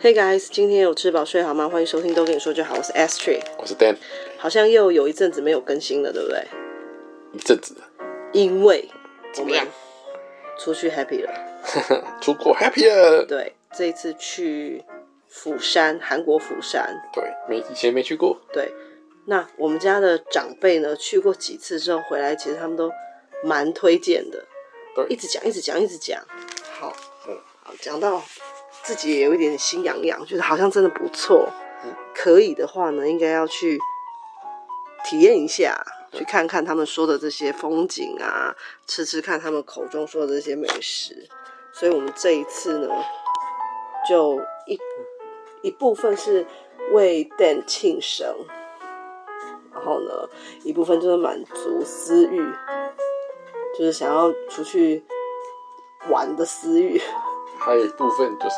Hey guys，今天有吃饱睡好吗？欢迎收听，都跟你说就好。我是 S Tree，我是 Dan，好像又有一阵子没有更新了，对不对？一阵子因为怎么样？出去 happy 了。 出国 happy 了。对，这一次去釜山，韩国釜山。对，没以前没去过，对，那我们家的长辈呢，去过几次之后回来，其实他们都蛮推荐的，对一直讲，一直讲，一直讲。好，嗯好，讲到自己也有一点点心痒痒，觉得好像真的不错。可以的话呢，应该要去体验一下，去看看他们说的这些风景啊，吃吃看他们口中说的这些美食。所以我们这一次呢，就一一部分是为 Dan 庆生，然后呢，一部分就是满足私欲，就是想要出去玩的私欲。还有一部分就是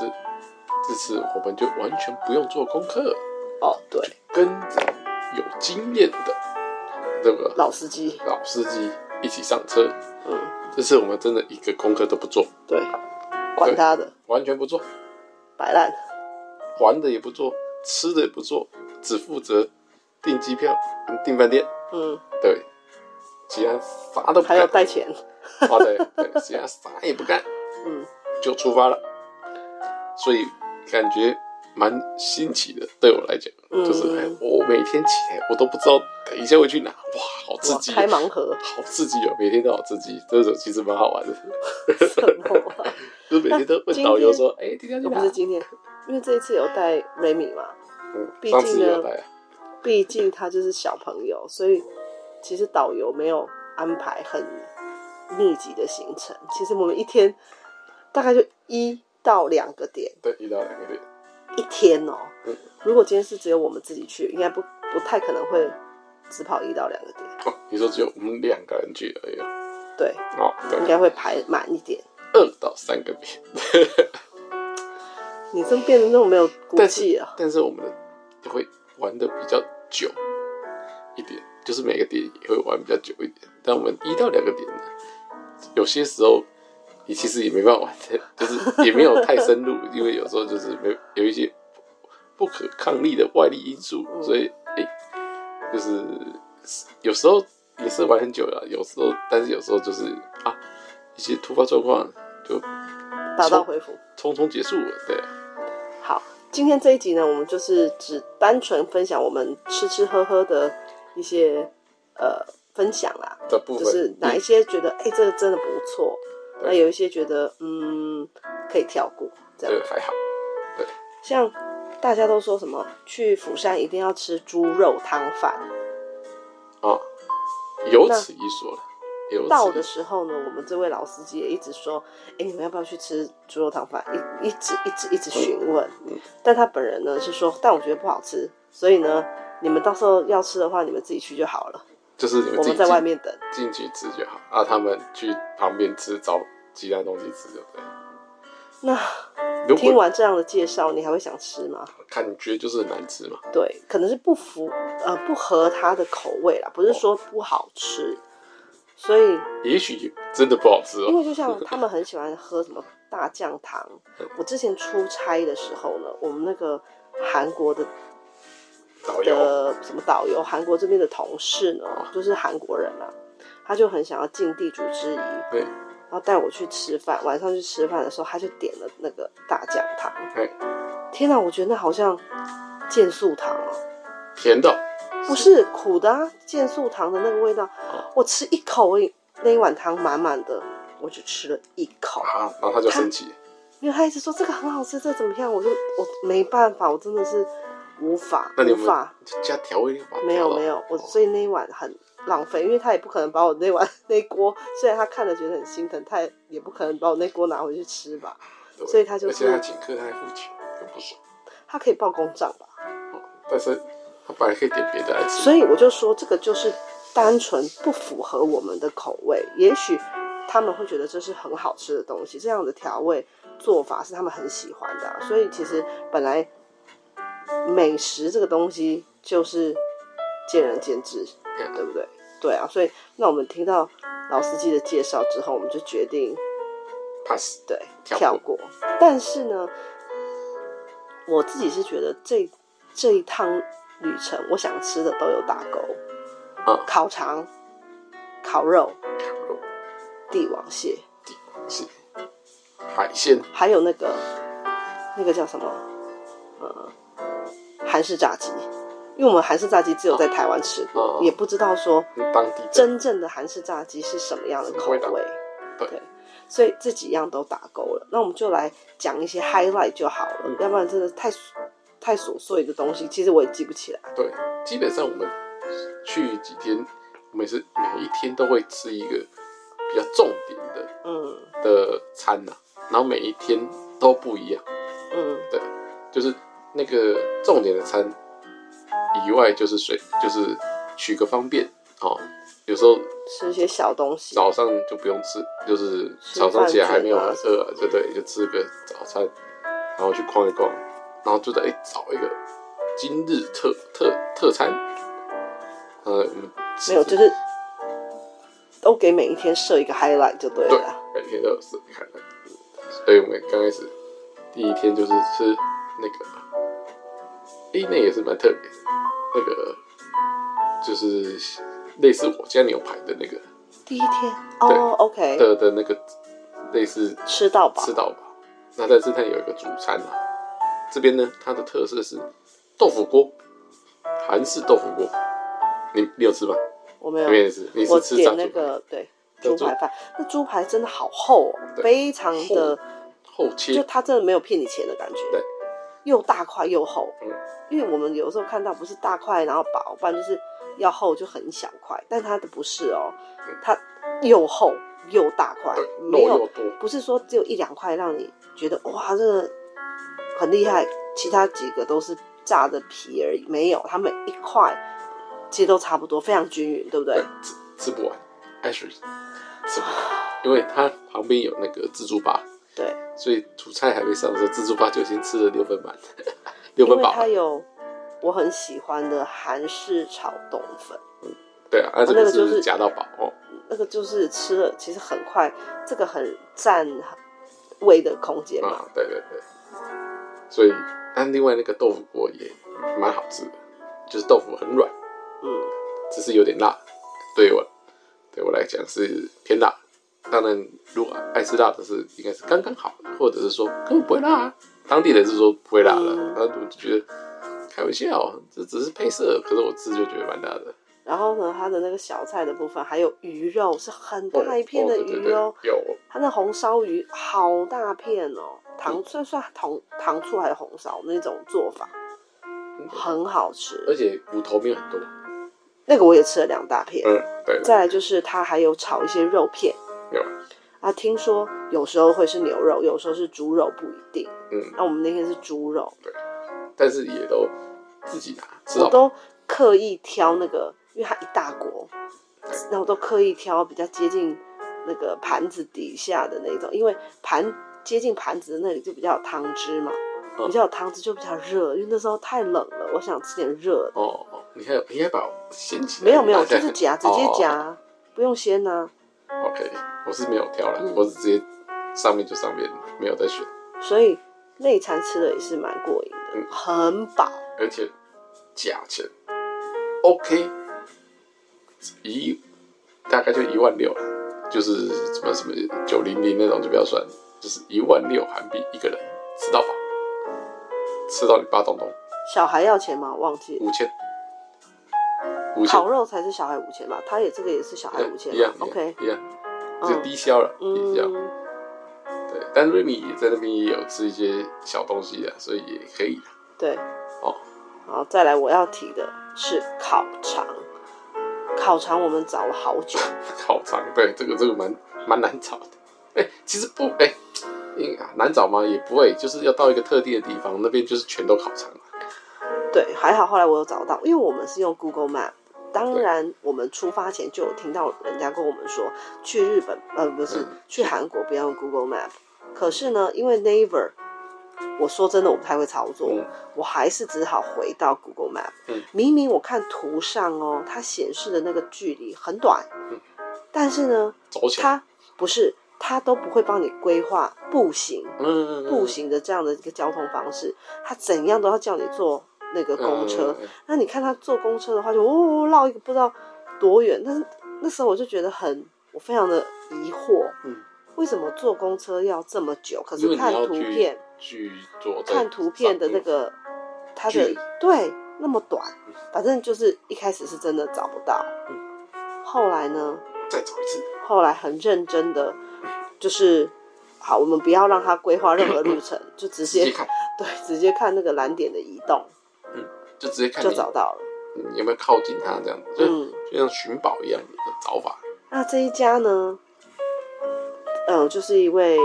这次我们就完全不用做功课，哦，对，跟着有经验的这个老司机，老司机一起上车。嗯，这次我们真的一个功课都不做，对，管他的，完全不做，摆烂。玩的也不做，吃的也不做，只负责订机票、跟订饭店。嗯，对，其他啥都不还干要。带钱。 花的，对，其他啥也不干，嗯，就出发了。所以感觉蛮新奇的，对我来讲，就是嗯哎我每天起来，我都不知道等一下会去哪，哇，好刺哇激，，开盲盒 好刺激哦，每天都好刺激，这种其实蛮好 玩的，什么啊、就每天都问导游说，哎，今天去又哪不是？今天，因为这一次有带瑞米嘛，嗯毕竟上次呢有带啊，毕竟他就是小朋友，所以其实导游没有安排很密集的行程。其实我们一天大概就一到两个点对，一到两个月，一天哦嗯。如果今天是只有我们自己去，应该不不太可能会只跑一到两个点，哦，你说只有我们两个人去而已啊，对，哦，应对，该会排满一点。二到三个月，你真变得那种没有骨但气是了，但是我们的会玩的比较久一点，就是每个点也会玩比较久一点。但我们一到两个点呢，有些时候你其实也没办法玩的，就是也没有太深入，因为有时候就是没有有一些不可抗力的外力因素，嗯所以哎、就是有时候也是玩很久了，有时候但是有时候就是啊一些突发状况就打道回府。匆匆结束了，对啊。好，今天这一集呢，我们就是只单纯分享我们吃吃喝喝的一些呃分享啦，的部分就是哪一些觉得哎、这个真的不错，对那有一些觉得嗯可以跳过这这样。个还好。像大家都说什么去釜山一定要吃猪肉汤饭，啊，有此一说了，有到的此时候呢，我们这位老司机也一直说，哎、你们要不要去吃猪肉汤饭？一一直一直一直询嗯问，但他本人呢是说，但我觉得不好吃，所以呢，你们到时候要吃的话，你们自己去就好了，就是你们我自们己在进外面等。进去吃就好，啊，他们去旁边吃找其他东西吃就对了。那如听果完这样的介绍，你还会想吃吗？感觉就是很难吃嘛，对，可能是不符呃不合他的口味啦，不是说不好吃，所以也许真的不好吃因哦。为就像他们很喜欢喝什么大酱汤。我之前出差的时候呢，我们那个韩国的导游的什么导游，韩国这边的同事呢，就是韩国人啊，他就很想要尽地主之谊，然对，后带我去吃饭。晚上去吃饭的时候，他就点了那个大酱汤。哎，天哪、我觉得那好像健素糖哦、甜的不是苦的啊，健素糖的那个味道。哦我吃一口而已，那一碗汤满满的，我只吃了一口。啊，然后他就生气，因为他一直说这个很好吃，这个怎么样，我就我没办法，我真的是无法那你无有没法。有加调哦味料吧？没有没有，我所以那一碗很浪费，因为他也不可能把我那碗 那一锅，虽然他看了觉得很心疼，他也不可能把我那锅拿回去吃吧，对所以他就是而且他请客他还付钱，又不爽。他可以报公账吧。哦但是他本来可以点别的来吃，所以我就说这个就是单纯不符合我们的口味，也许他们会觉得这是很好吃的东西，这样的调味做法是他们很喜欢的啊、所以其实本来美食这个东西就是见仁见智，嗯对不对？对啊，所以那我们听到老司机的介绍之后，我们就决定 pass 对跳跳过。但是呢，我自己是觉得这这一趟旅程，我想吃的都有打勾。嗯烤肠、烤肉、烤肉、帝王蟹，地是海鲜，还有那个那个叫什么？呃，韩式炸鸡。因为我们韩式炸鸡只有在台湾吃过，哦也不知道说当地的真正的韩式炸鸡是什么样的口味什么味。对所以这几样都打勾了，那我们就来讲一些 highlight 就好了，嗯要不然真的太琐太琐碎的东西，其实我也记不起来。对，基本上我们去几天，我们是每一天都会吃一个比较重点的嗯的餐呐、然后每一天都不一样，嗯对，就是那个重点的餐以外，就是水，就是取个方便哦。有时候吃一些小东西。早上就不用吃，就是吃早上起来还没有饭饿、啊，对对，就吃个早餐，然后去逛一逛，然后就在哎找一个今日特特特餐，呃，我们吃没有，就是都给每一天设一个 highlight 就对对了。，每天都有吃，你看看。所以我们刚开始第一天就是吃那个，诶、那也是蛮特别的，那个就是类似我家牛排的那个第一天哦，OK，的的那个类似吃到饱吃，到饱。那但是它有一个主餐啊，这边呢，它的特色是豆腐锅，韩式豆腐锅。你你有吃吗？我没你也有，是，你我是吃炸点猪那排个对炸猪猪排饭，那猪排真的好厚哦，对非常的，后切就它真的没有骗你钱的感觉，对，又大块又厚嗯，因为我们有时候看到不是大块然后薄，不然就是要厚就很小块，但它的不是哦，它又厚又大块嗯对，没肉有又多，不是说只有一两块让你觉得哇，这个很厉害，其他几个都是炸的皮而已，没有，它每一块其实都差不多，非常均匀，对不对？对，吃吃不完，爱水吃不完，因为它旁边有那个自助吧，对，所以主菜还没上的时候，自助吧就已经吃了六分满，六因分为饱它了。有我很喜欢的韩式炒冬粉，对啊，那这那个个就是是夹到饱哦，那个就是吃了其实很快，这个很占胃的空间嘛。啊，对对对。所以，但另外那个豆腐锅也蛮好吃的，就是豆腐很软，嗯，只是有点辣，对我对我来讲是偏辣。当然，如果爱吃辣的是应该是刚刚好，或者是说根本不会辣、啊。当地人是说不会辣的，嗯然后我就觉得开玩笑，这只是配色，可是我吃就觉得蛮辣的。然后呢，它的那个小菜的部分还有鱼肉，是很大一片的哦对对鱼对哦。有它那红烧鱼好大片哦，嗯糖算算糖糖醋还是红烧那种做法，嗯很好而吃。且骨头没有很多。那个我也吃了两大片。嗯，对，再来就是它还有炒一些肉片有，啊，听说有时候会是牛肉，有时候是猪肉，不一定。嗯，那我们那天是猪肉，但是也都自己拿，吃我到饱都刻意挑那个，因为它一大锅，那我都刻意挑比较接近那个盘子底下的那种，因为盘接近盘子的那里就比较有汤汁嘛，嗯比较有汤汁就比较热，因为那时候太冷了，我想吃点热的。哦，哦你还有你还把我掀起来？没有没有， 拿下就来是夹，直接夹，。不用啊先呐、哦 OK，我是没有挑了，嗯我是直接上面就上面，没有再选。所以那一餐吃的也是蛮过瘾的，嗯很饱。而且价钱 OK，一大概就一万六了，就是什么什么九零零那种就不要算，就是一万六韩币一个人吃到饱，吃到你八东东小孩要钱吗？忘记了。五千，五千烤肉才是小孩五千吧，他也这个也是小孩五千一样嘛。OK，一样，嗯就低消了，低消。嗯，对，但瑞米也在那边也有吃一些小东西啊，所以也可以啦。对，哦，然后再来我要提的是烤肠，烤肠我们找了好久，烤肠，对，这个这个蛮蛮难找的。哎、其实不，哎、应啊难找吗？也不会，就是要到一个特定的地方，那边就是全都烤肠了。啊对，还好后来我有找到，因为我们是用 Google Map。当然，我们出发前就有听到人家跟我们说，去日本呃不是、嗯去韩国不要用 Google Map。可是呢，因为 Naver，我说真的我不太会操作，嗯我还是只好回到 Google Map。嗯明明我看图上哦，嗯它显示的那个距离很短，但是呢，走起来，它不是他都不会帮你规划步行、嗯，步行的这样的一个交通方式，他怎样都要叫你坐那个公车。嗯那你看他坐公车的话，就哦绕一个不知道多远。但是那时候我就觉得很，我非常的疑惑，嗯为什么坐公车要这么久？可因为是你看要图去片，去做在看图片的那个它距的离嗯对那么短，反正就是一开始是真的找不到，后来呢，再找一次，后来很认真的就是。好，我们不要让他规划任何路 程，就直直接接看， 对直接看那个蓝点的移动就直接看就你找到了。你有没有靠近它这样子，就嗯，就像寻宝一样的找法。那这一家呢，呃，就是一位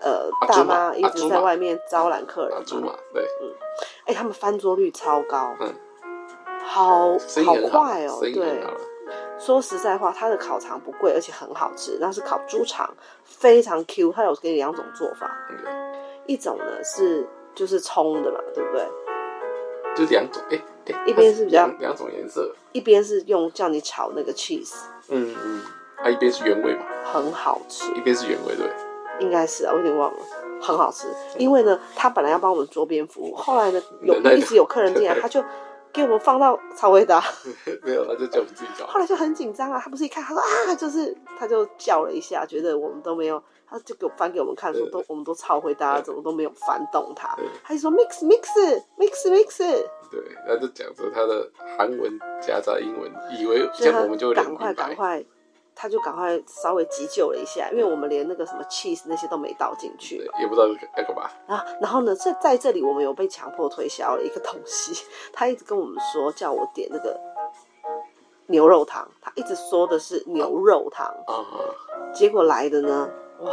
呃阿大朱玛妈一阿直朱在玛外面招揽客人打嘛，住嘛，对，哎、他们翻桌率超高，嗯好生意好很好，快哦，生意对很好。了，说实在话，它的烤肠不贵，而且很好吃，那是烤猪肠，非常 Q。它有给你两种做法，嗯对，一种呢是就是葱的嘛，对不对？就两种，哎哎，一边是比较它两两种颜色，一边是用叫你炒那个 cheese，嗯嗯，啊，一边是原味嘛，很好吃，一边是原味，对， 应该是啊，我有点忘了。很好吃，因为呢，他本来要帮我们桌边服务，后来呢，有忍耐一直有客人进 来，他就给我们放到超味达，没有，那就叫我们自己找。后来就很紧张啊，他不是一看，他说啊，就是他就叫了一下，觉得我们都没有，他就给我翻给我们看，说对都我们都超回答，怎么都没有翻动他对，他就说 mix mix mix mix，对，那就讲说他的韩文夹杂英文，以为所以像他我们就能赶明快赶白，快，他就赶快稍微急救了一下，因为我们连那个什么 cheese 那些都没倒进去对，也不知道要干嘛。啊，然后呢，这在这里我们有被强迫推销了一个东西， 他一直跟我们说叫我点那个牛肉汤，他一直说的是牛肉汤，啊，结果来的呢，哇！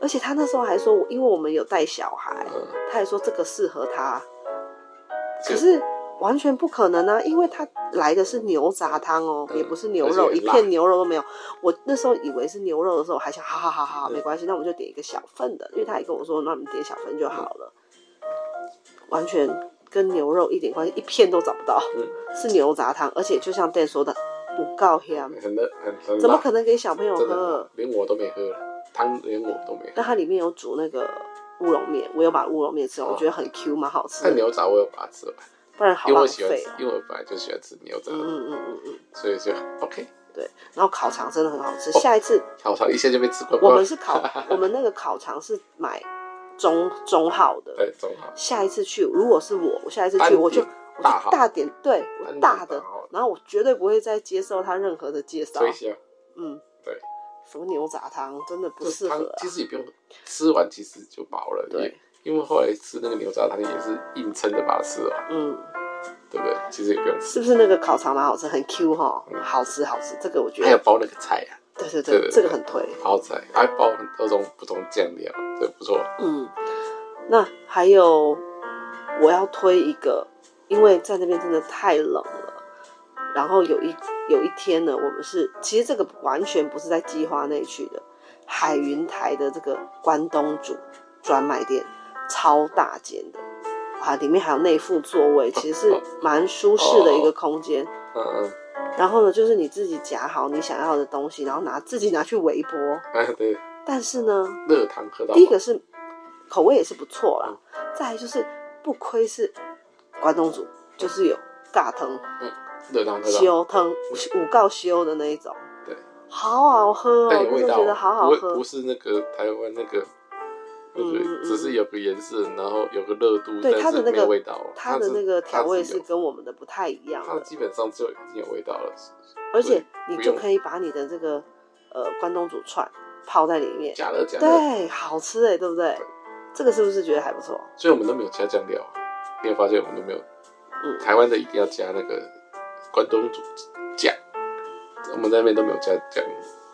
而且他那时候还说，我因为我们有带小孩，嗯，他还说这个适合他，这可是完全不可能啊，因为他来的是牛杂汤哦，嗯也不是牛肉，而且一很辣片牛肉都没有。我那时候以为是牛肉的时候，还想好好好好好，没关系，那我们就点一个小份的，因为他也跟我说，那我们点小份就好了，完全跟牛肉一点关系，一片都找不到，嗯是牛杂汤，而且就像 Dan 说的，不够香，很的很很辣怎么可能给小朋友真的喝很？辣连我都没喝，汤连我都没喝。但它里面有煮那个乌龙面，我有把乌龙面吃完，我觉得很 Q，蛮好吃但的，牛杂我有把它吃完，不然好因为浪我喜欢费吃哦，。因为我本来就喜欢吃牛杂，嗯嗯嗯嗯嗯，所以就 OK。对。然后烤肠真的很好吃，哦下一次烤肠一下就被吃光我光们了。是 烤，我们那个烤肠是买中中号的。对，中哎好。下一次去，如果是我，我下一次单去点我就我大就号大点，对单我点大的大号，然后我绝对不会再接受他任何的介绍推。销，嗯，对，什么牛杂汤真的不就是适合汤啊。其实也不用吃完，其实就饱了。对也，因为后来吃那个牛杂汤也是硬撑着把它吃完，嗯，对不对？其实也不用吃，是不是那个烤肠蛮好吃，很 Q 哈，嗯好吃好吃，这个我觉还有得包那哎个菜啊，对对对，对对这个很推。包菜还包很多种不同酱料，对，不错。嗯，那还有我要推一个，因为在那边真的太冷了。然后有一有一天呢，我们是其实这个完全不是在计划内去的，海云台的这个关东煮专卖店，超大间的啊，里面还有内副座位，其实是蛮舒适的一个空间。嗯嗯，然后呢，就是你自己夹好你想要的东西，然后拿自己拿去微波。哎对，但是呢，热汤喝到第一饱，个是口味也是不错啦，再来就是不亏是关东煮，就是有尬汤、热汤喝到饱，修汤、五告修的那一种，对，好好喝哦，但有我味就道觉得哦，好好不会喝不。是那个台湾那个。那嗯嗯个嗯只是有个颜色，然后有个热度，对它但的是那没有个味道哦。它的那个它调味是有跟我们的不太一样它的，基本上就已经有味道了，而且你不就用可以把你的这个呃关东煮串泡在里面，加热加热，对，好吃哎，对不对对？这个是不是觉得还不错？所以我们都没有加酱料啊。你有发现我们都没有？嗯台湾的一定要加那个关东煮酱，我们那边都没有加酱，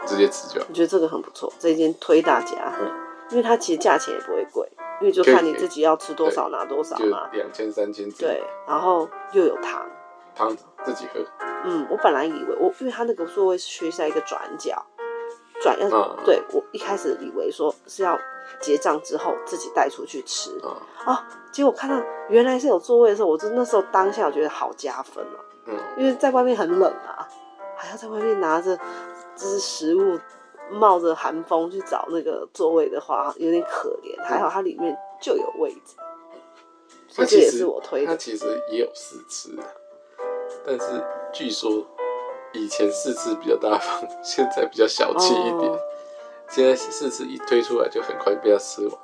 直接吃就好。我觉得这个很不错，这一间推大家，嗯因为它其实价钱也不会贵，因为就可以看你自己要吃多少拿多少就嗯嘛。两千三千只对，然后又有糖。汤自己喝，嗯，我本来以为我，因为它那个座位是缺在一个转角，转要、嗯对我一开始以为说是要结账之后自己带出去吃，哦啊，结果看到原来是有座位的时候，我就那时候当下我觉得好加分哦、嗯，因为在外面很冷啊，还要在外面拿着就是食物冒着寒风去找那个座位的话，有点可怜。还好它里面就有位置，嗯它这其也实是我推它的。其实也有试吃的，但是据说以前试吃比较大方，现在比较小气一点。哦现在试吃一推出来就很快被它吃完，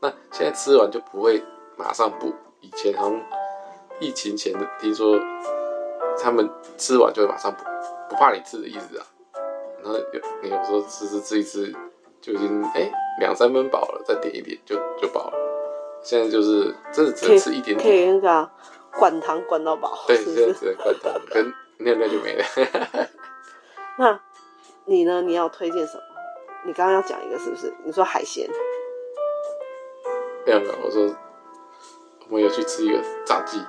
那现在吃完就不会马上补。以前好像疫情前听说他们吃完就会马上补，不怕你吃的意思啊。然后有你有时候吃吃吃一吃，就已经哎两三分饱了，再点一点就就饱了。现在就是真的只能吃一点点可，以那个啊灌汤灌到饱， 对，是不现在是？只能灌汤，跟尿尿就没了。 那你呢？你要推荐什么？你刚刚要讲一个是不是？你说海鲜，没有没有，我说我们有去吃一个炸鸡，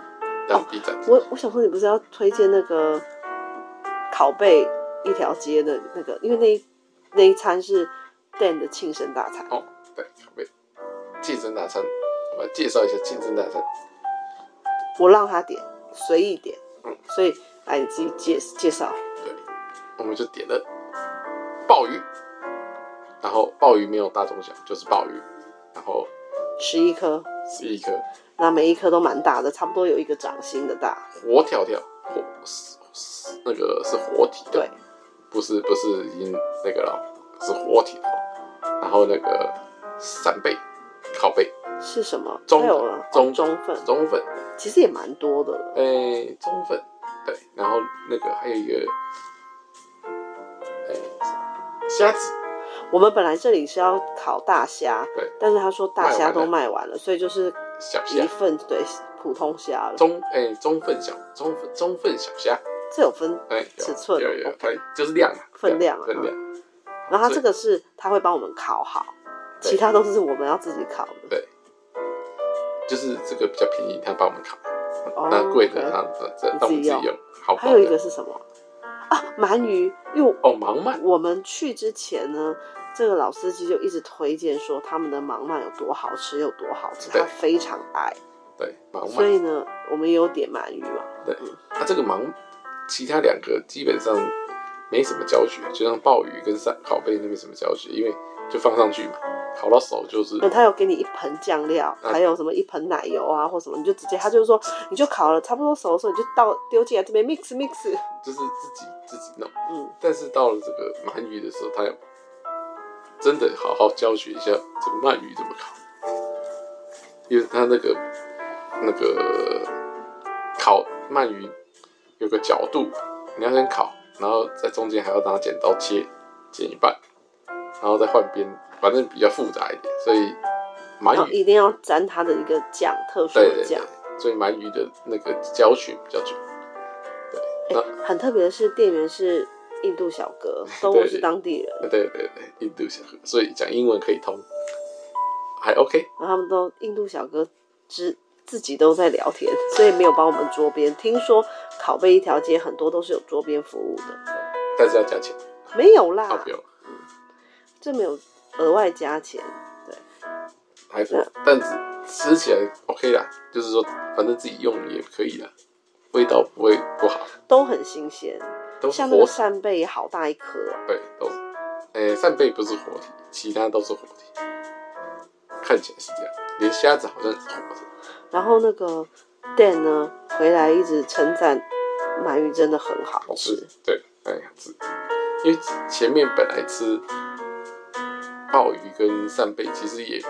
当地炸鸡，哦我我想说你不是要推荐那个拷贝一条街的那个，因为那一那一餐是 Dan 的庆生大餐，哦，对，好呗。竞争大餐，我来介绍一下竞争大餐。我让他点，随意点，嗯所以来你自己介介绍。对，我们就点了鲍鱼，然后鲍鱼没有大中小，就是鲍鱼，然后十一颗，是一颗那每一颗都蛮大的，差不多有一个掌心的大。活条条，活是是那个是活体的，对，不是不是已经那个了，是活体的。然后那个扇贝、烤贝、是什么？中还有啊中中份，中粉，其实也蛮多的了。哎、中粉，对，然后那个还有一个，哎、虾子，我们本来这里是要烤大虾对，但是他说大虾都卖卖完了，所以就是小虾一，份对普通虾了。中哎、中份小中份中份小虾，这有分，哎、有尺寸有有， OK 反正就是量啊，分量啊分量，然后他所以这个是他会帮我们烤好，对其他都是我们要自己烤的。对，就是这个比较便宜，他帮我们烤，哦那贵 OK 的让让让我你们自自己己用，好还好有一个的是什么啊？鳗鱼，因为哦，盲鳗，我们去之前呢，这个老司机就一直推荐说他们的盲鳗有多好吃，有多好吃，对他非常爱。对，盲鳗所。以呢，我们也有点鳗鱼嘛。对，那、这个忙，其他两个基本上没什么教学，就像鲍鱼跟三烤贝那没什么教学，因为就放上去嘛，烤到熟就是那他有给你一盆酱料，嗯还有什么一盆奶油啊，或什么，你就直接，他就是说，你就烤了差不多熟的时候，你就倒丢进来这边 mix mix。就是自己自己弄。嗯，但是到了这个鳗鱼的时候，他有真的好好教学一下这个鳗鱼怎么烤，因为他那个那个烤鳗鱼有个角度，你要先烤，然后在中间还要拿剪刀切切一半，然后再换边，反正比较复杂一点，所以然鳗后哦鱼一定要沾它的一个酱，特殊对的对对酱。，所以鳗鱼的那个教学比较久。哎、很特别的是，店员是印度小 哥，都对我是当地人，对对对，印度小哥，所以讲英文可以通，还 OK。然后他们都印度小哥之自己都在聊天，所以没有帮我们桌边。听说拷贝一条街很多都是有桌边服务的，但是要加钱，啊没有啦，好不用，这没有额外加钱。还不，嗯但是吃起来 OK 啦，就是说反正自己用也可以啦，味道不会不好，都很新鲜，都是像那个活体，扇贝好大一颗哦、对，都是，诶、扇贝不是活体，其他都是活体，看起来是这样，连虾子好像是活的，然后那个 Dan 呢，回来一直称赞鳗鱼真的很好好吃吃，，对，哎呀吃，因为前面本来吃鲍鱼跟扇贝其实也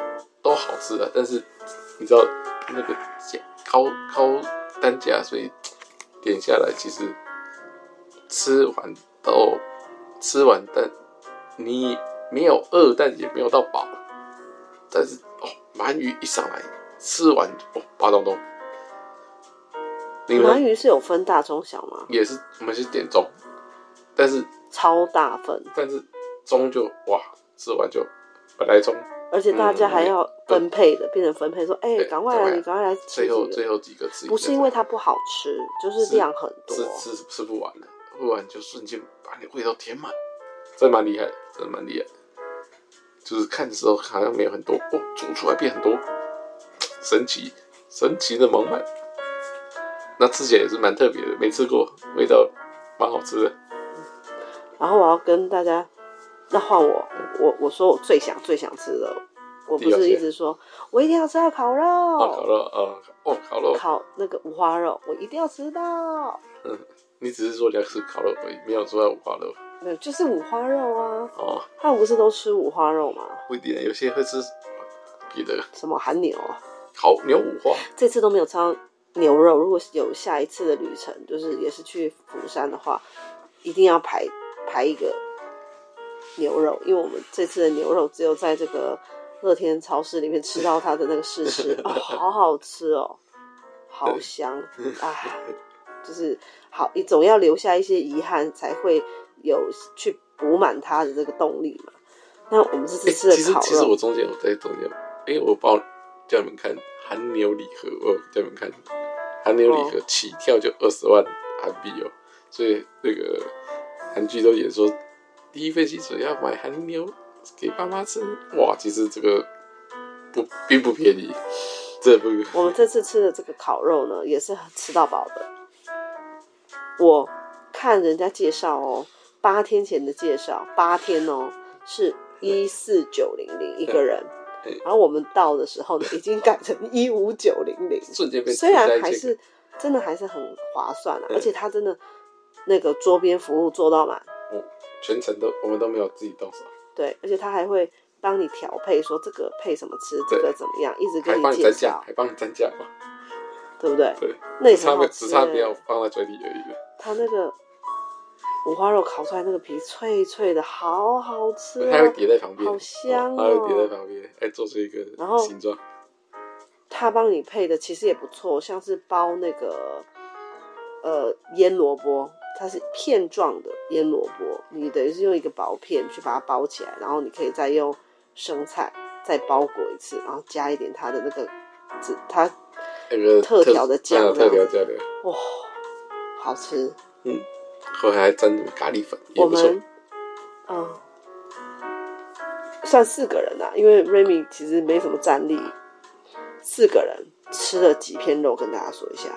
都好吃啊的，但是你知道那个价高高单价，所以点下来其实吃完到吃完，但你没有饿，但也没有到饱，但是哦，鳗鱼一上来吃完哦，八东东，你鳗们鱼是有分大中小吗？也是我们是点中，但是超大份，但是中就哇吃完就本来中而且大家还要分配的，变成分配说，哎、嗯对赶快赶快来，来你赶快来吃最几后个。最后几个吃一个不是因为它不好吃，就是量很多啊吃。吃吃不完了，不然就瞬间把你胃都填满，真蛮厉害的，真蛮厉害的。就是看的时候好像没有很多，哦，煮出来变很多，神奇神奇的盲鳗。那吃起来也是蛮特别的，没吃过，味道蛮好吃的。然后我要跟大家那换我，我我说我最想最想吃的，我不第二是些一直说我一定要吃到烤肉，哦，烤肉，哦，哦，烤肉，烤那个五花肉，我一定要吃到。你只是说你要吃烤肉而已，没有说要五花肉没有，就是五花肉啊，哦，他们不是都吃五花肉吗？不一定，有些会吃别的什么韩牛啊，烤牛五花，这次都没有吃到牛肉。如果有下一次的旅程，就是也是去釜山的话，一定要排排一个牛肉，因为我们这次的牛肉只有在这个乐天超市里面吃到它的那个试吃，哦，好好吃哦，好香，哎，就是好，你总要留下一些遗憾，才会有去补满它的这个动力嘛。那我们这次欸吃其的实烤其实肉，我中间我在中间，因为我帮叫你们看韩牛礼盒，我有叫你们看韩牛礼盒起跳就二十万韩币哦，所以那个韩剧都演说第一飞机只要买韩牛给爸妈吃，哇，其实这个不并不便宜，这不我们这次吃的这个烤肉呢，也是吃到饱的。我看人家介绍哦，八天前的介绍，八天哦是一四九零零一个人对，然后我们到的时候 呢，已经改成一五九零零，瞬间被虽挤在然一还起是真的还是很划算啊，嗯而且他真的那个桌边服务做到满，全程都我们都没有自己动手，对，而且他还会帮你调配，说这个配什么吃，这对个怎么样，一直还跟帮你你介蘸酱，绍，还帮你蘸酱嘛，对不对？对，那也很只差好没吃只差欸没有放在嘴里而已了。它那个五花肉烤出来那个皮脆脆的，好好吃它会哦。叠在旁边，好香哦它会叠在旁边，哎，做出一个然后形状，它帮你配的其实也不错，像是包那个呃腌萝卜，它是片状的腌萝卜，你等于是用一个薄片去把它包起来，然后你可以再用生菜再包裹一次，然后加一点它的那个只它那个特调的酱嗯这样特调酱料，哇、好吃。后来还沾什么咖喱粉，也我不错。们嗯，算四个人啦、因为 Remy 其实没什么战力，四个人吃了几片肉，跟大家说一下，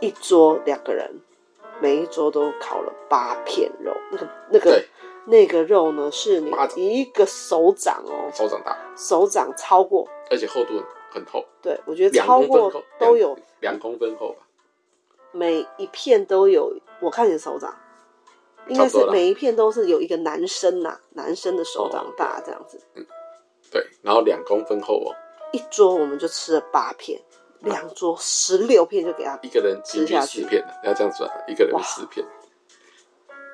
一桌两个人，每一桌都烤了八片肉，那个那个对，那个肉呢，是你巴掌一个手掌哦，手掌大，手掌超过，而且厚度很厚，对我觉得两超公分过厚，都有两公分厚吧，每一片都有，我看你的手掌，应该差不多是啦每一片都是有一个男生呐、男生的手掌哦大这样子。对，然后两公分厚哦，一桌我们就吃了八片，两桌十六片就给他一，个人平均吃下去四片，要这样算，啊一个人哇四片，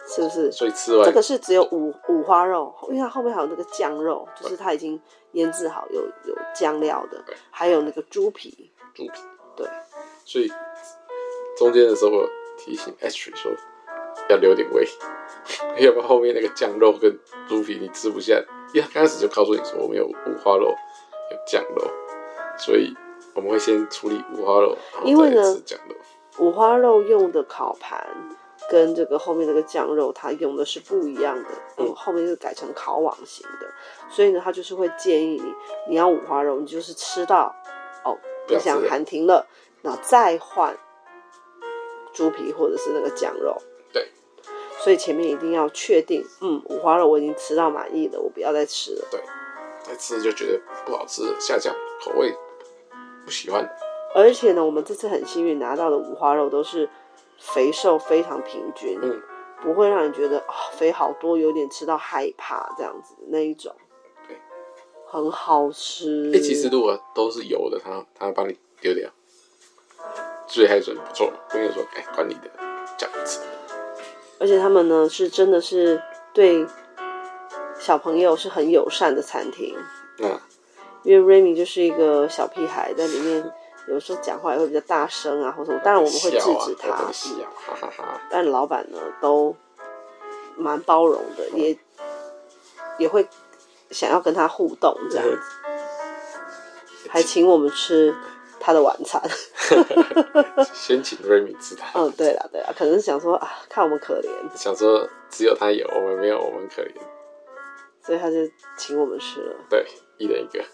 是不是？所以吃这完个是只有五五花肉，因为它后面还有那个酱肉，就是它已经腌制好有有酱料的对，还有那个猪皮，猪皮，对，所以中间的时候我提醒 H 说要留点胃， 要不然后面那个酱肉跟猪皮你吃不下，因为他刚开始就告诉你说我们有五花肉，有酱肉，所以我们会先处理五花肉，然因后为呢再吃酱肉。五花肉用的烤盘跟这个后面那个酱肉，它用的是不一样的，嗯嗯，后面是改成烤网型的，所以呢，它就是会建议你，你要五花肉，你就是吃到哦，你不要吃了想喊停了，然后再换猪皮或者是那个酱肉，对，所以前面一定要确定，嗯，五花肉我已经吃到满意了，我不要再吃了。再吃就觉得不好吃了，下降口味不喜欢，而且呢，我们这次很幸运拿到的五花肉都是肥瘦非常平均，嗯，不会让你觉得啊、肥好多，有点吃到害怕这样子那一种，对，很好吃。哎、其实如果都是油的，他他会帮你丢掉，所以还算不错。跟你说，哎、管你的，这样子。而且他们呢是真的是对小朋友是很友善的餐厅，那因为 Remy 就是一个小屁孩，在里面有时候讲话也会比较大声啊或什么，当然我们会制止他，笑啊我在笑哈哈哈。 但老板呢都蛮包容的，哦也也会想要跟他互动这样子，还请我们吃他的晚餐。先请 Remy 吃他，嗯，对了对了，可能是想说啊，看我们可怜，想说只有他有，我们没有，我们可怜。所以他就请我们吃了对，一人一个，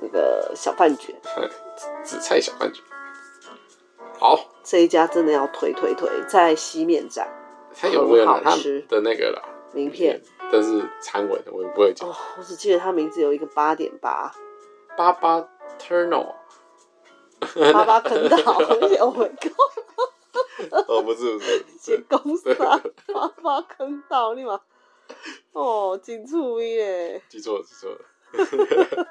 那个小饭卷。紫菜小饭卷。好，这一家真的要推推推，在西面站他有没有拿很好他吃的那个啦？名片，但是韩文我也不会讲。哦，我只记得它名字有一个八点八，巴巴 Turno，八八坑道，Oh my god，哦，不是不是，是公司啊，八八坑道，立马，哦，真趣味耶！记错了记错了。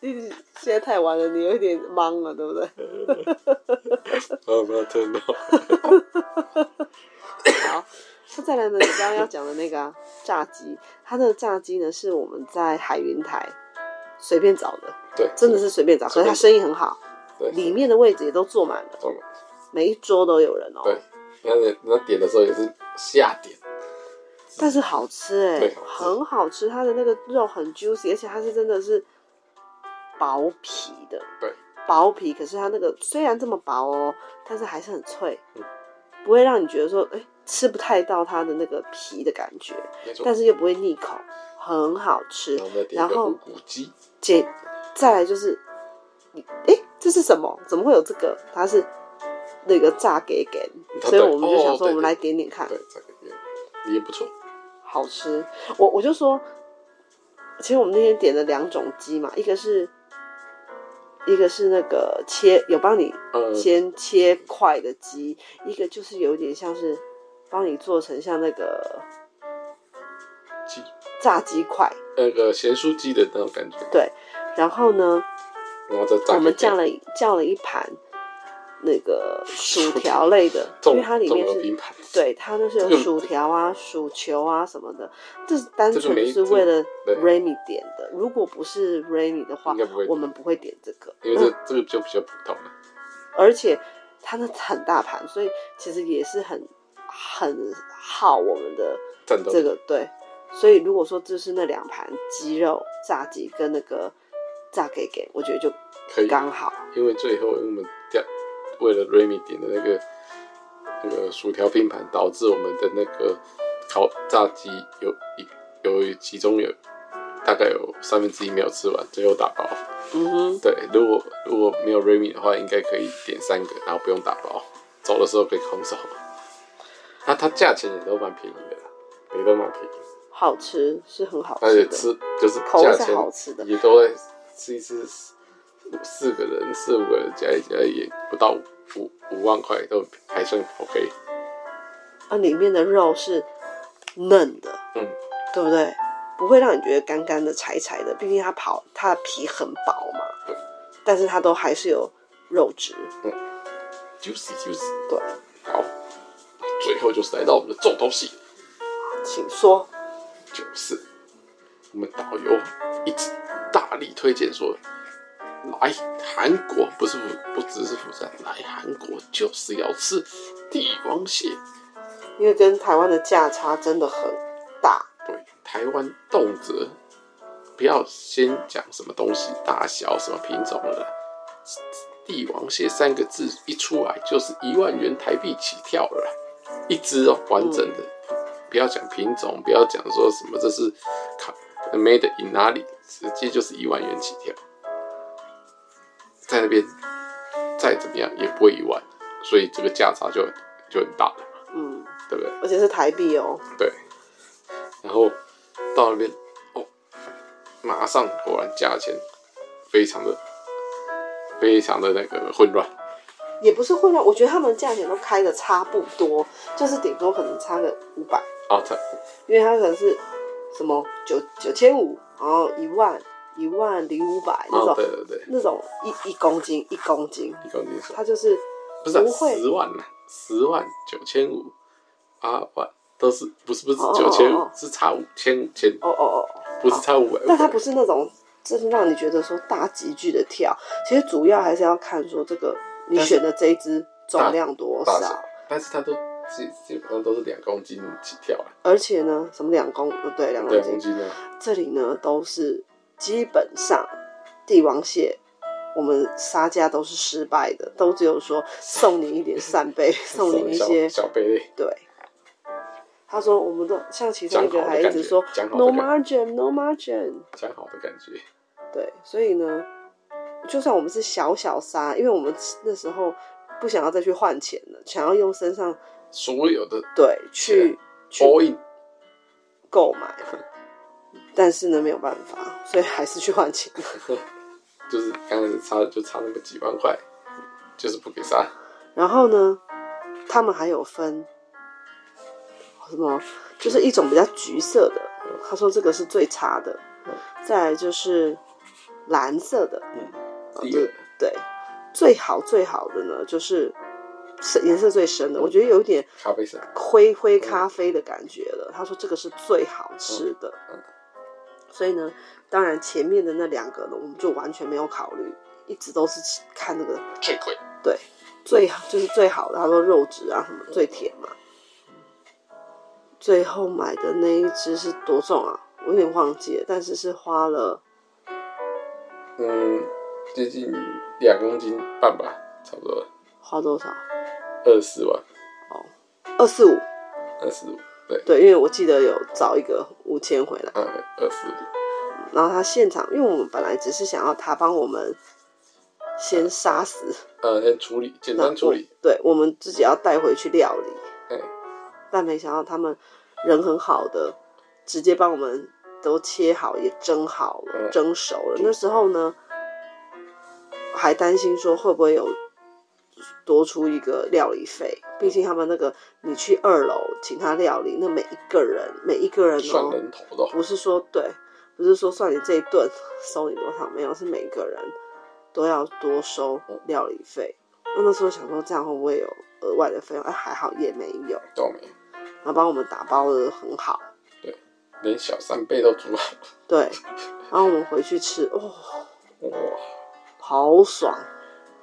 你现在太晚了，你有一点懵了，对不对？巴巴 Turno，好，那再来呢？你刚刚要讲的那个、啊、炸鸡，它的炸鸡呢是我们在海云台随便找的，对，真的是随便找，可是随便它生意很好，对里面的位置也都坐满了，懂了。每一桌都有人哦。对，你看那那点的时候也是下点，但是好吃哎、对好吃很好吃，它的那个肉很 juicy，而且它是真的是薄皮的，对，薄皮，可是它那个虽然这么薄哦，但是还是很脆，嗯不会让你觉得说哎、吃不太到它的那个皮的感觉，没错。但是又不会腻口，很好吃然。后再点一然个后无骨鸡，姐，再来就是你哎、这是什么？怎么会有这个？它是那个炸给给，它所以对我们就想说哦我们对来点点看。对，这个也也不错。好吃。我我就说，其实我们那天点了两种鸡嘛，一个是一个是那个切有帮你呃，先切块的鸡，一个就是有点像是帮你做成像那个鸡炸鸡块。那个咸酥鸡的那种感觉，然后呢，然后再炸我们给叫了叫了一盘那个薯条类 的，因综为它里面综合是。拼盘，对，它就是有这个薯条啊、薯球啊什么的，这是单这个纯没是为了对 Remy 点的。如果不是 Remy 的话应该不会，我们不会点这个。因为这这个就比较普通了。而且它那很大盘，所以其实也是很很耗我们的战斗这个对。所以如果说就是那两盘鸡肉炸鸡跟那个炸给给，我觉得就可以，刚好。因为最后因为我们掉为了 Remy 点的那个那个薯条拼盘，导致我们的那个烤炸鸡有一有其中有大概有三分之一没有吃完，最后打包。嗯哼，对，如果如果没有 Remy 的话，应该可以点三个，然后不用打包，走的时候可以空手。那它价钱也都蛮便宜的啦，也都蛮便宜，好吃是很好而吃且的，吃就是口价是钱好吃的。也都在吃一次四四个人四五个人加一加也不到五五五万块，都还算 OK。那啊里面的肉是嫩的，嗯，对不对？不会让你觉得干干的、柴柴的，毕竟它跑它的皮很薄嘛，对，但是它都还是有肉质， juicy juicy，对，好，最后就是来到我们的重头戏，请说，就是我们导游一直大力推荐说，来韩国不是不不只是釜山，来韩国就是要吃帝王蟹。因为跟台湾的价差真的很大，对，台湾动辄不要先讲什么东西大小、什么品种了啦，帝王蟹三个字一出来就是一万元台币起跳了啦，一只哦，完整的，不要讲品种，不要讲说什么这是卡 made in 哪里，直接就是一万元起跳，在那边再怎么样也不会一万，所以这个价差就就很大了，嗯，对不对？而且是台币哦，对，然后到那边哦，马上果然价钱非常的非常的那个混乱，也不是混乱，我觉得他们价钱都开的差不多，就是顶多可能差个五百，啊，它因为它可能是什么九九千五，然后一万一万零五百那哦种。对对对，那种一一公斤一公斤，一公斤是它就是不是啊不会十万呢、十万九千五八万都是不是不是哦哦九千哦五是差五千五千，哦哦哦，不是差五百，但它不是那种真的让你觉得说大急剧的跳，其实主要还是要看说这个你但是选的这一只重量多大小少，，但是它都基基本上都是两公斤起跳啊，而且呢，什么两公呃对两公两公斤，斤啊，这里呢都是基本上帝王蟹。我们杀价都是失败的，都只有说送你一点扇 贝，送你一小些小贝类。对，他说我们的像其中一个还一直说讲好 no 的感 margin no margin，讲好的感觉，对，所以呢，就算我们是小小杀，因为我们那时候不想要再去换钱了，想要用身上所有的对去去 all in 购买，但是呢没有办法，所以还是去换钱。就是刚开始差就差那么几万块，就是不给杀。然后呢，他们还有分什么，就是一种比较橘色的，他说这个是最差的，再来就是蓝色的，嗯第一个对，最好最好的呢就是深颜色最深的，我觉得有点咖啡色，灰灰咖啡的感觉了。他说这个是最好吃的，所以呢，当然前面的那两个呢，我们就完全没有考虑，一直都是看那个最贵。对最就是最好的，他说肉质啊什么最甜嘛。最后买的那一只是多重啊？我有点忘记了，但是是花了嗯，接近两公斤半吧，差不多花多少？二十四万，二四五，二十五，对，对，因为我记得有找一个五千回来，嗯，二十五，然后他现场，因为我们本来只是想要他帮我们先杀死，嗯，先处理，简单处理，对我们自己要带回去料理，哎，但没想到他们人很好的，直接帮我们都切好，也蒸好了，嗯蒸熟了。那时候呢，还担心说会不会有多出一个料理费，毕竟他们那个你去二楼请他料理，那每一个人每一个人算哦，人头的哦，不是说对，不是说算你这一顿收你多少，没有，是每个人都要多收料理费。那那时候想说这样会不会有额外的费用？哎，还好也没有。倒霉，然后帮我们打包的很好，连小扇贝都煮好了，对。然后我们回去吃，哦，哇，好爽。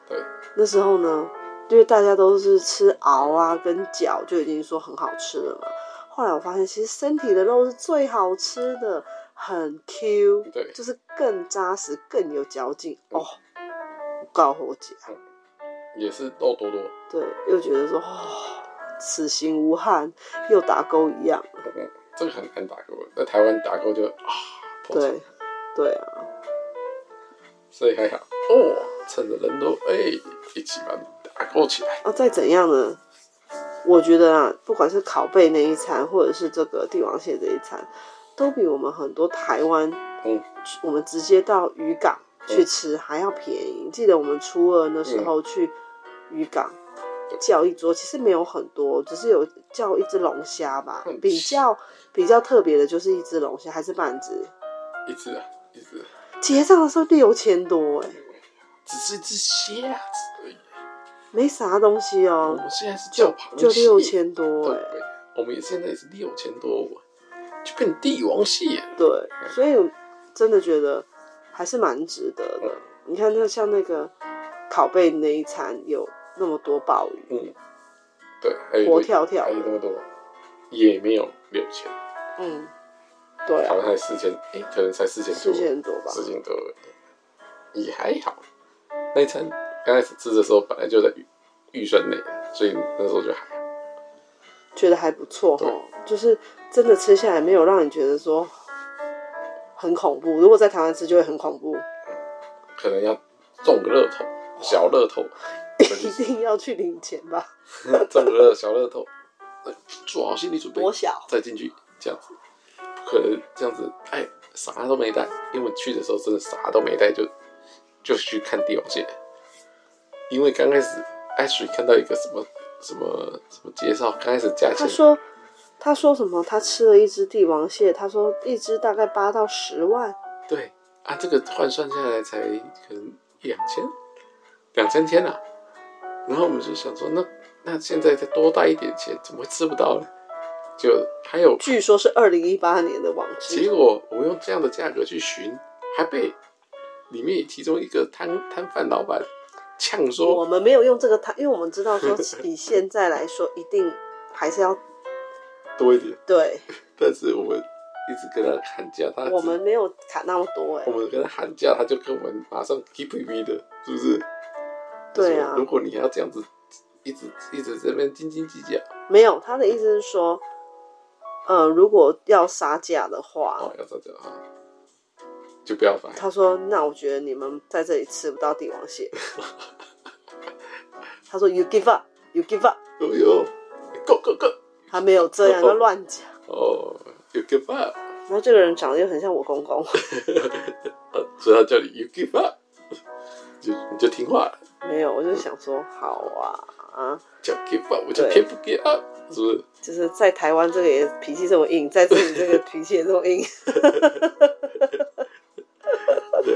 对，那时候呢，因为大家都是吃熬啊跟饺，就已经说很好吃了嘛。后来我发现，其实身体的肉是最好吃的，很 Q，对就是更扎实、更有嚼劲哦。我告诉我姐，也是肉多多，对，又觉得说哦，此行无憾，又打勾一样。嗯这个很难打勾，在台湾打勾就啊，破产对，对啊，所以还好哦，趁着人多，哎，一起把打勾起来，啊，再怎样呢？我觉得啊，不管是烤贝那一餐，或者是这个帝王蟹这一餐，都比我们很多台湾，嗯，我们直接到渔港去吃还要便宜。记得我们初二那嗯时候去渔港对叫一桌，其实没有很多，只是有叫一只龙虾吧嗯。比较比较特别的就是一只龙虾，还是半只。一只啊，一只，结账的时候六千多、欸，哎，只是一啊只虾子而已。没啥东西嗯我哦、们现在是叫就螃蟹，就六千多、欸，哎。对，我们也现在也是六千多，就变帝王蟹了。对，所以我真的觉得还是蛮值得的。你看，那像那个烤贝那一餐有那么多鲍鱼，嗯，对，还有活一个跳跳还有那么多，也没有六千，嗯，对好啊，像才四千，哎，可能才四千四多，千多吧，四千多而已，也还好。那一餐刚开始吃的时候，本来就在预预算内，所以那时候就还好。觉得还不错对哦。就是真的吃下来没有让你觉得说很恐怖，如果在台湾吃就会很恐怖，可能要中个乐透，小乐透，一定要去领钱吧。 中个乐小乐透，呃做好心理准备。多小？再进去这样子，不可能这样子，哎，啥都没带，因为我们去的时候真的啥都没带，就就去看帝王蟹，因为刚开始 Ashley 看到一个什么什么什么介绍，刚开始价他钱说。他说什么？他吃了一只帝王蟹，他说一只大概八到十万，对啊，这个换算下来才可能一两千，两三千啊，然后我们就想说，那那现在再多带一点钱，怎么会吃不到呢？就还有据说是二零一八年的网志。结果我用这样的价格去寻，还被里面其中一个摊摊贩老板呛我说们没有用这个它，因为我们知道说以现在来说，一定还是要多一点，对，但是我们一直跟他喊价，他只我们没有砍那么多哎、我们跟他喊价，他就跟我们马上 keep me 的，是不是？对他啊说如果你要这样子一直一直这边斤斤计较，没有。他的意思是说，呃，如果要杀价的话，哦，要这样啊，就不要烦。他说那我觉得你们在这里吃不到帝王蟹。他说 you give up, 哦 you give up，哎呦，够够够！他没有这样，哦他乱讲。哦， you give up， 然后这个人长得又很像我公 公，呃，所以他叫你 you give up，就你就听话了，没有，我就想说好啊啊，叫 give up，我就对 can't give up，是不是？就是在台湾这个也脾气这么硬，在这里这个脾气也这么硬，对，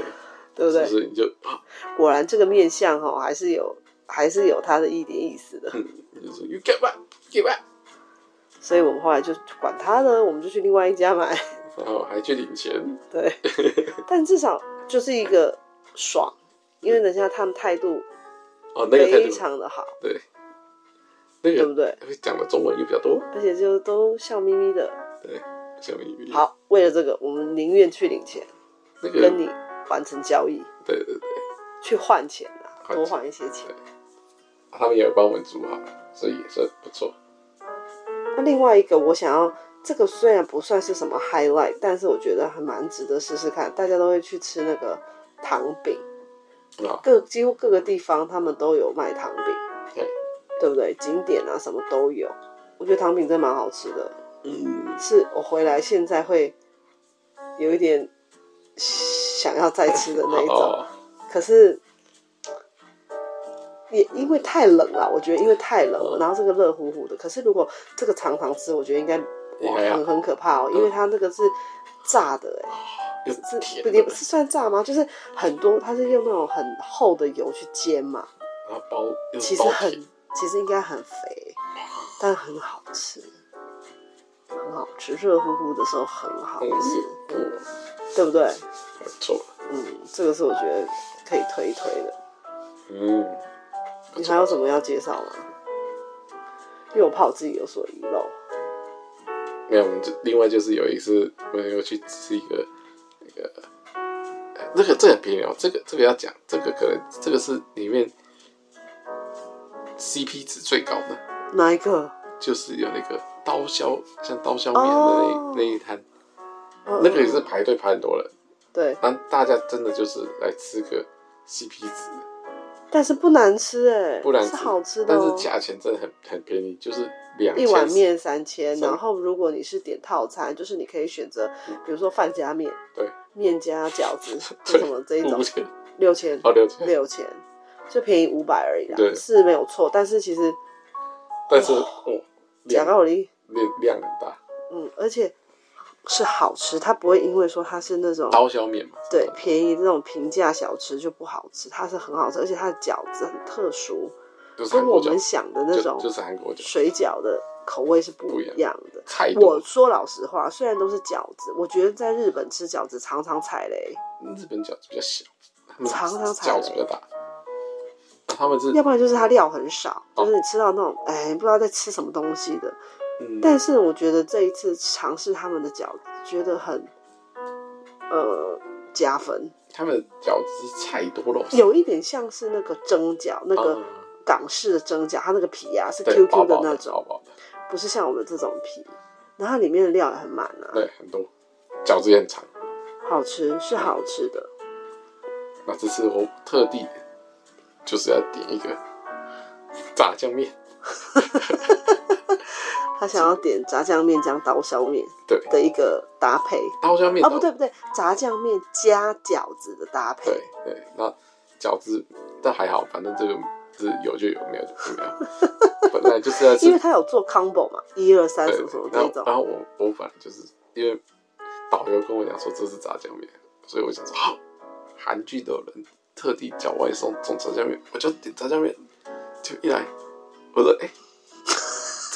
对不对？是不是你就啊，果然这个面相哈、还是有还是有它的一点意思的。你就说 you give up，give up，所以我们后来就管他呢，我们就去另外一家买。然后还去领钱， 对，但至少就是一个爽，因为人家他们态度哦，那个态非度，常的好，对，那对不个对？会讲的中文又比较多，而且就都笑眯眯的。对，小米，，好，为了这个，我们宁愿去领钱，那个跟你完成交易，对对对，去换钱啊，换钱多换一些钱。他们也有帮我们煮好，所以也算不错。那另外一个，我想要这个虽然不算是什么 highlight，但是我觉得还蛮值得试试看。大家都会去吃那个糖饼，啊，各几乎各个地方他们都有卖糖饼，对，对不对？景点啊什么都有。我觉得糖饼真蛮好吃的，嗯，是我回来现在会有一点想要再吃的那一种，哦，可是。也因为太冷了，我觉得因为太冷了，然后这个热乎乎的。可是如果这个常常吃，我觉得应该应哇，该很要嗯很可怕哦，因为它那个是炸的、又哎，是甜不的，也不是算炸吗？就是很多，它是用那种很厚的油去煎嘛，然后包又其是实包很甜，，其实应该很肥，但很好吃，很好吃，热乎乎的时候很好嗯吃，嗯，对不对？还不错，嗯，这个是我觉得可以推一推的。嗯，你还有什么要介绍吗？因为我怕我自己有所遗漏。没有，我们就另外就是有一次，我有去吃一个那个，呃那个这个很便宜哦，这个这个要讲，这个可能这个是里面 CP 值最高的，哪一个？就是有那个刀削，像刀削面的那一、哦那一摊，嗯那个也是嗯排队排很多人，对，但大家真的就是来吃个 CP 值。但是不难吃哎、不然是好吃的、但哦，是价钱真的很很便宜，就是两一碗，面三千，三然后如果你是点套餐，就是你可以选择，比如说饭加面、对，面加饺 子或对什么这一种五，千六千哦六千，六千，就便宜五百而已啦，对是没有错。但是其实但是哦，假量高力，量量很大，嗯，而且是好吃，它不会因为说它是那种刀削面嘛，对便宜那种平价小吃就不好吃，它是很好吃，而且它的饺子很特殊，就是跟韩我国饺们，想的那就种就是韩国饺，水饺的口味是不不一一样哎样的。菜我多，说老实话，虽然都是饺子，我觉得在日本吃饺子常常踩雷，日本饺子比较小，他们常常踩饺子比较大，那他们是要不然就是它料很少，哦就是你吃到那种哎不知道在吃什么东西的。嗯但是我觉得这一次尝试他们的饺子，觉得很呃加分，他们的饺子是菜多肉少，有一点像是那个蒸饺，那个嗯港式的蒸饺，它那个皮啊是对 QQ 薄的薄那的种，薄薄的，不是像我们这种皮。然后它里面的料也很满啊，对，很多饺子也很长。好吃是好吃的。那这次我特地就是要点一个炸酱面，他想要点炸酱面加刀削面对，的一个搭配。刀削面啊，不对不对，炸酱面加饺子的搭配，对对，那饺子但还好，反正这个是有就有，没有就 没有。本来就是要吃因为，它有做 combo 嘛，一二三对什么什么然这后种，然后我我本来就是因为导游跟我讲说这是炸酱面，所以我想说好，韩剧都有人特地叫外送送炸酱面，我就点炸酱面，就一来我说哎、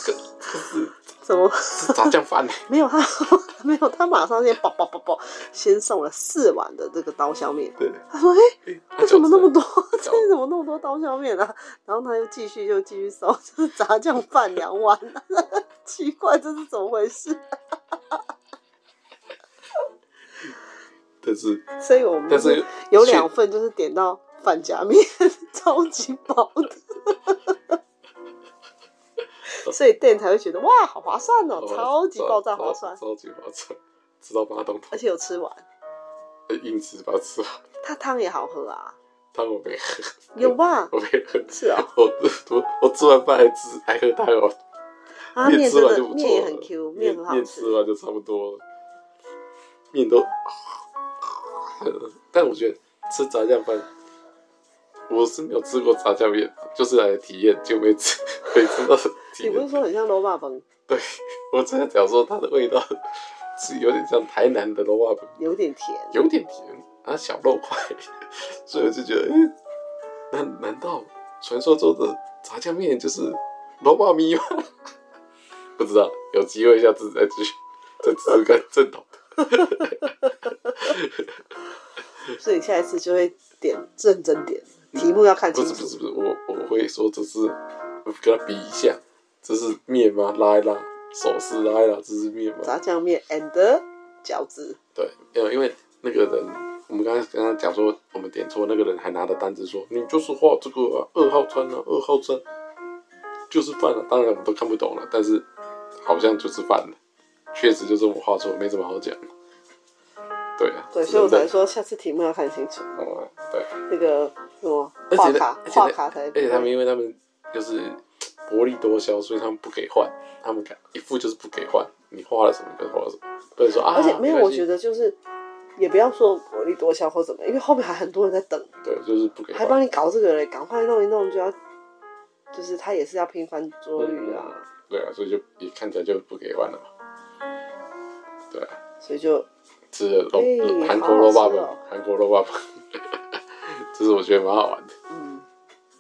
这个这个是怎么 是炸酱饭呢、欸没有他 没有他马上先啵啵啵啵，先送了四碗的这个刀削面。 对，他说：“哎、哎 为什么那么？ 多？饺子这里怎么那么多刀削面啊？”然后他又继续又继续送， 就是炸酱饭两碗。 奇怪，这是怎么回事？但是所以我们但是有两份，就是点到反夹面， 超级饱的。 所以店才会觉得哇，好划算哦，超级爆炸划算，超级划算，吃到八洞而且有吃完，硬吃把它吃完，它汤也好喝啊，汤我没喝，有吧？我没喝，是哦，我我我吃完饭还吃还喝汤哦，啊，面面吃真完的就不面错也了很 Q，，面面很好面吃吃。完就差不多了，面都，但我觉得吃炸酱饭，我是没有吃过炸酱面，就是来体验，就没吃没吃到你体不是验。说很像罗马本，对，我真的讲说它的味道是有点像台南的罗瓦饼，有点甜？有点甜，啊小肉块， 所以我就觉得，嗯，难难道传说中的炸酱面就是罗马咪吗？ 不知道，有机会下次再去再吃吃看正统的。所以你下一次就会点认真点，题目要看不清是嗯不楚。是不是，我我会说这是，我跟他比一下，这是面吗？拉一拉，手势拉一拉，这是面吗？炸酱面 and 饺子，对，呃，因为那个人，我们刚刚刚刚讲说我们点错，那个人还拿着单子说你就是画这个啊，二号餐啊，二号餐就是饭了、当然我们都看不懂了，但是好像就是饭了，确实就这么画错，没什么好讲。对啊，对，只所以我能在才说下次题目要看清楚。哦、对，那个什么而画且卡呢，而且画呢卡才，而且他们因为他们就是薄利多销，所以他们不给换，他们敢一副就是不给换，你画了什么就画了什么，不能说啊，而且没有，我觉得得就是也不要说薄利多销或怎么样，因为后面还很多人在等，对，就是不给还换。帮你搞这个嘞，赶快弄一弄就要，就是他也是要拼翻桌率啊，对啊，所以就也看起来就不给换了嘛。对啊，所以就吃了肉嗯哎韩好国好肉霸吃粉哦，韩国肉霸粉， 这是我觉得蛮好玩的。嗯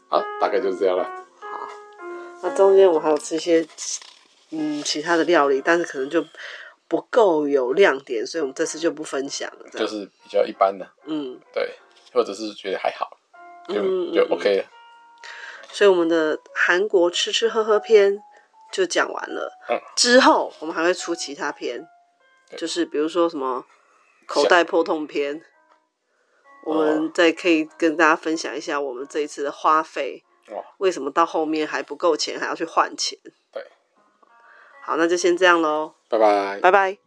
好，大概就是这样了。好。那中间我还有吃一些嗯其他的料理，但是可能就不够有亮点，所以我们这次就不分享了。这就样是比较一般的，嗯，对，或者是觉得还好，就、嗯嗯就嗯 OK 了。所以我们的韩国吃吃喝喝篇就讲完了。嗯之后我们还会出其他篇，对就是比如说什么口袋破痛篇，我哦们再可以跟大家分享一下我们这一次的花费，哇，为什么到后面还不够钱，还要去换钱。对，好，那就先这样喽，拜拜。拜拜。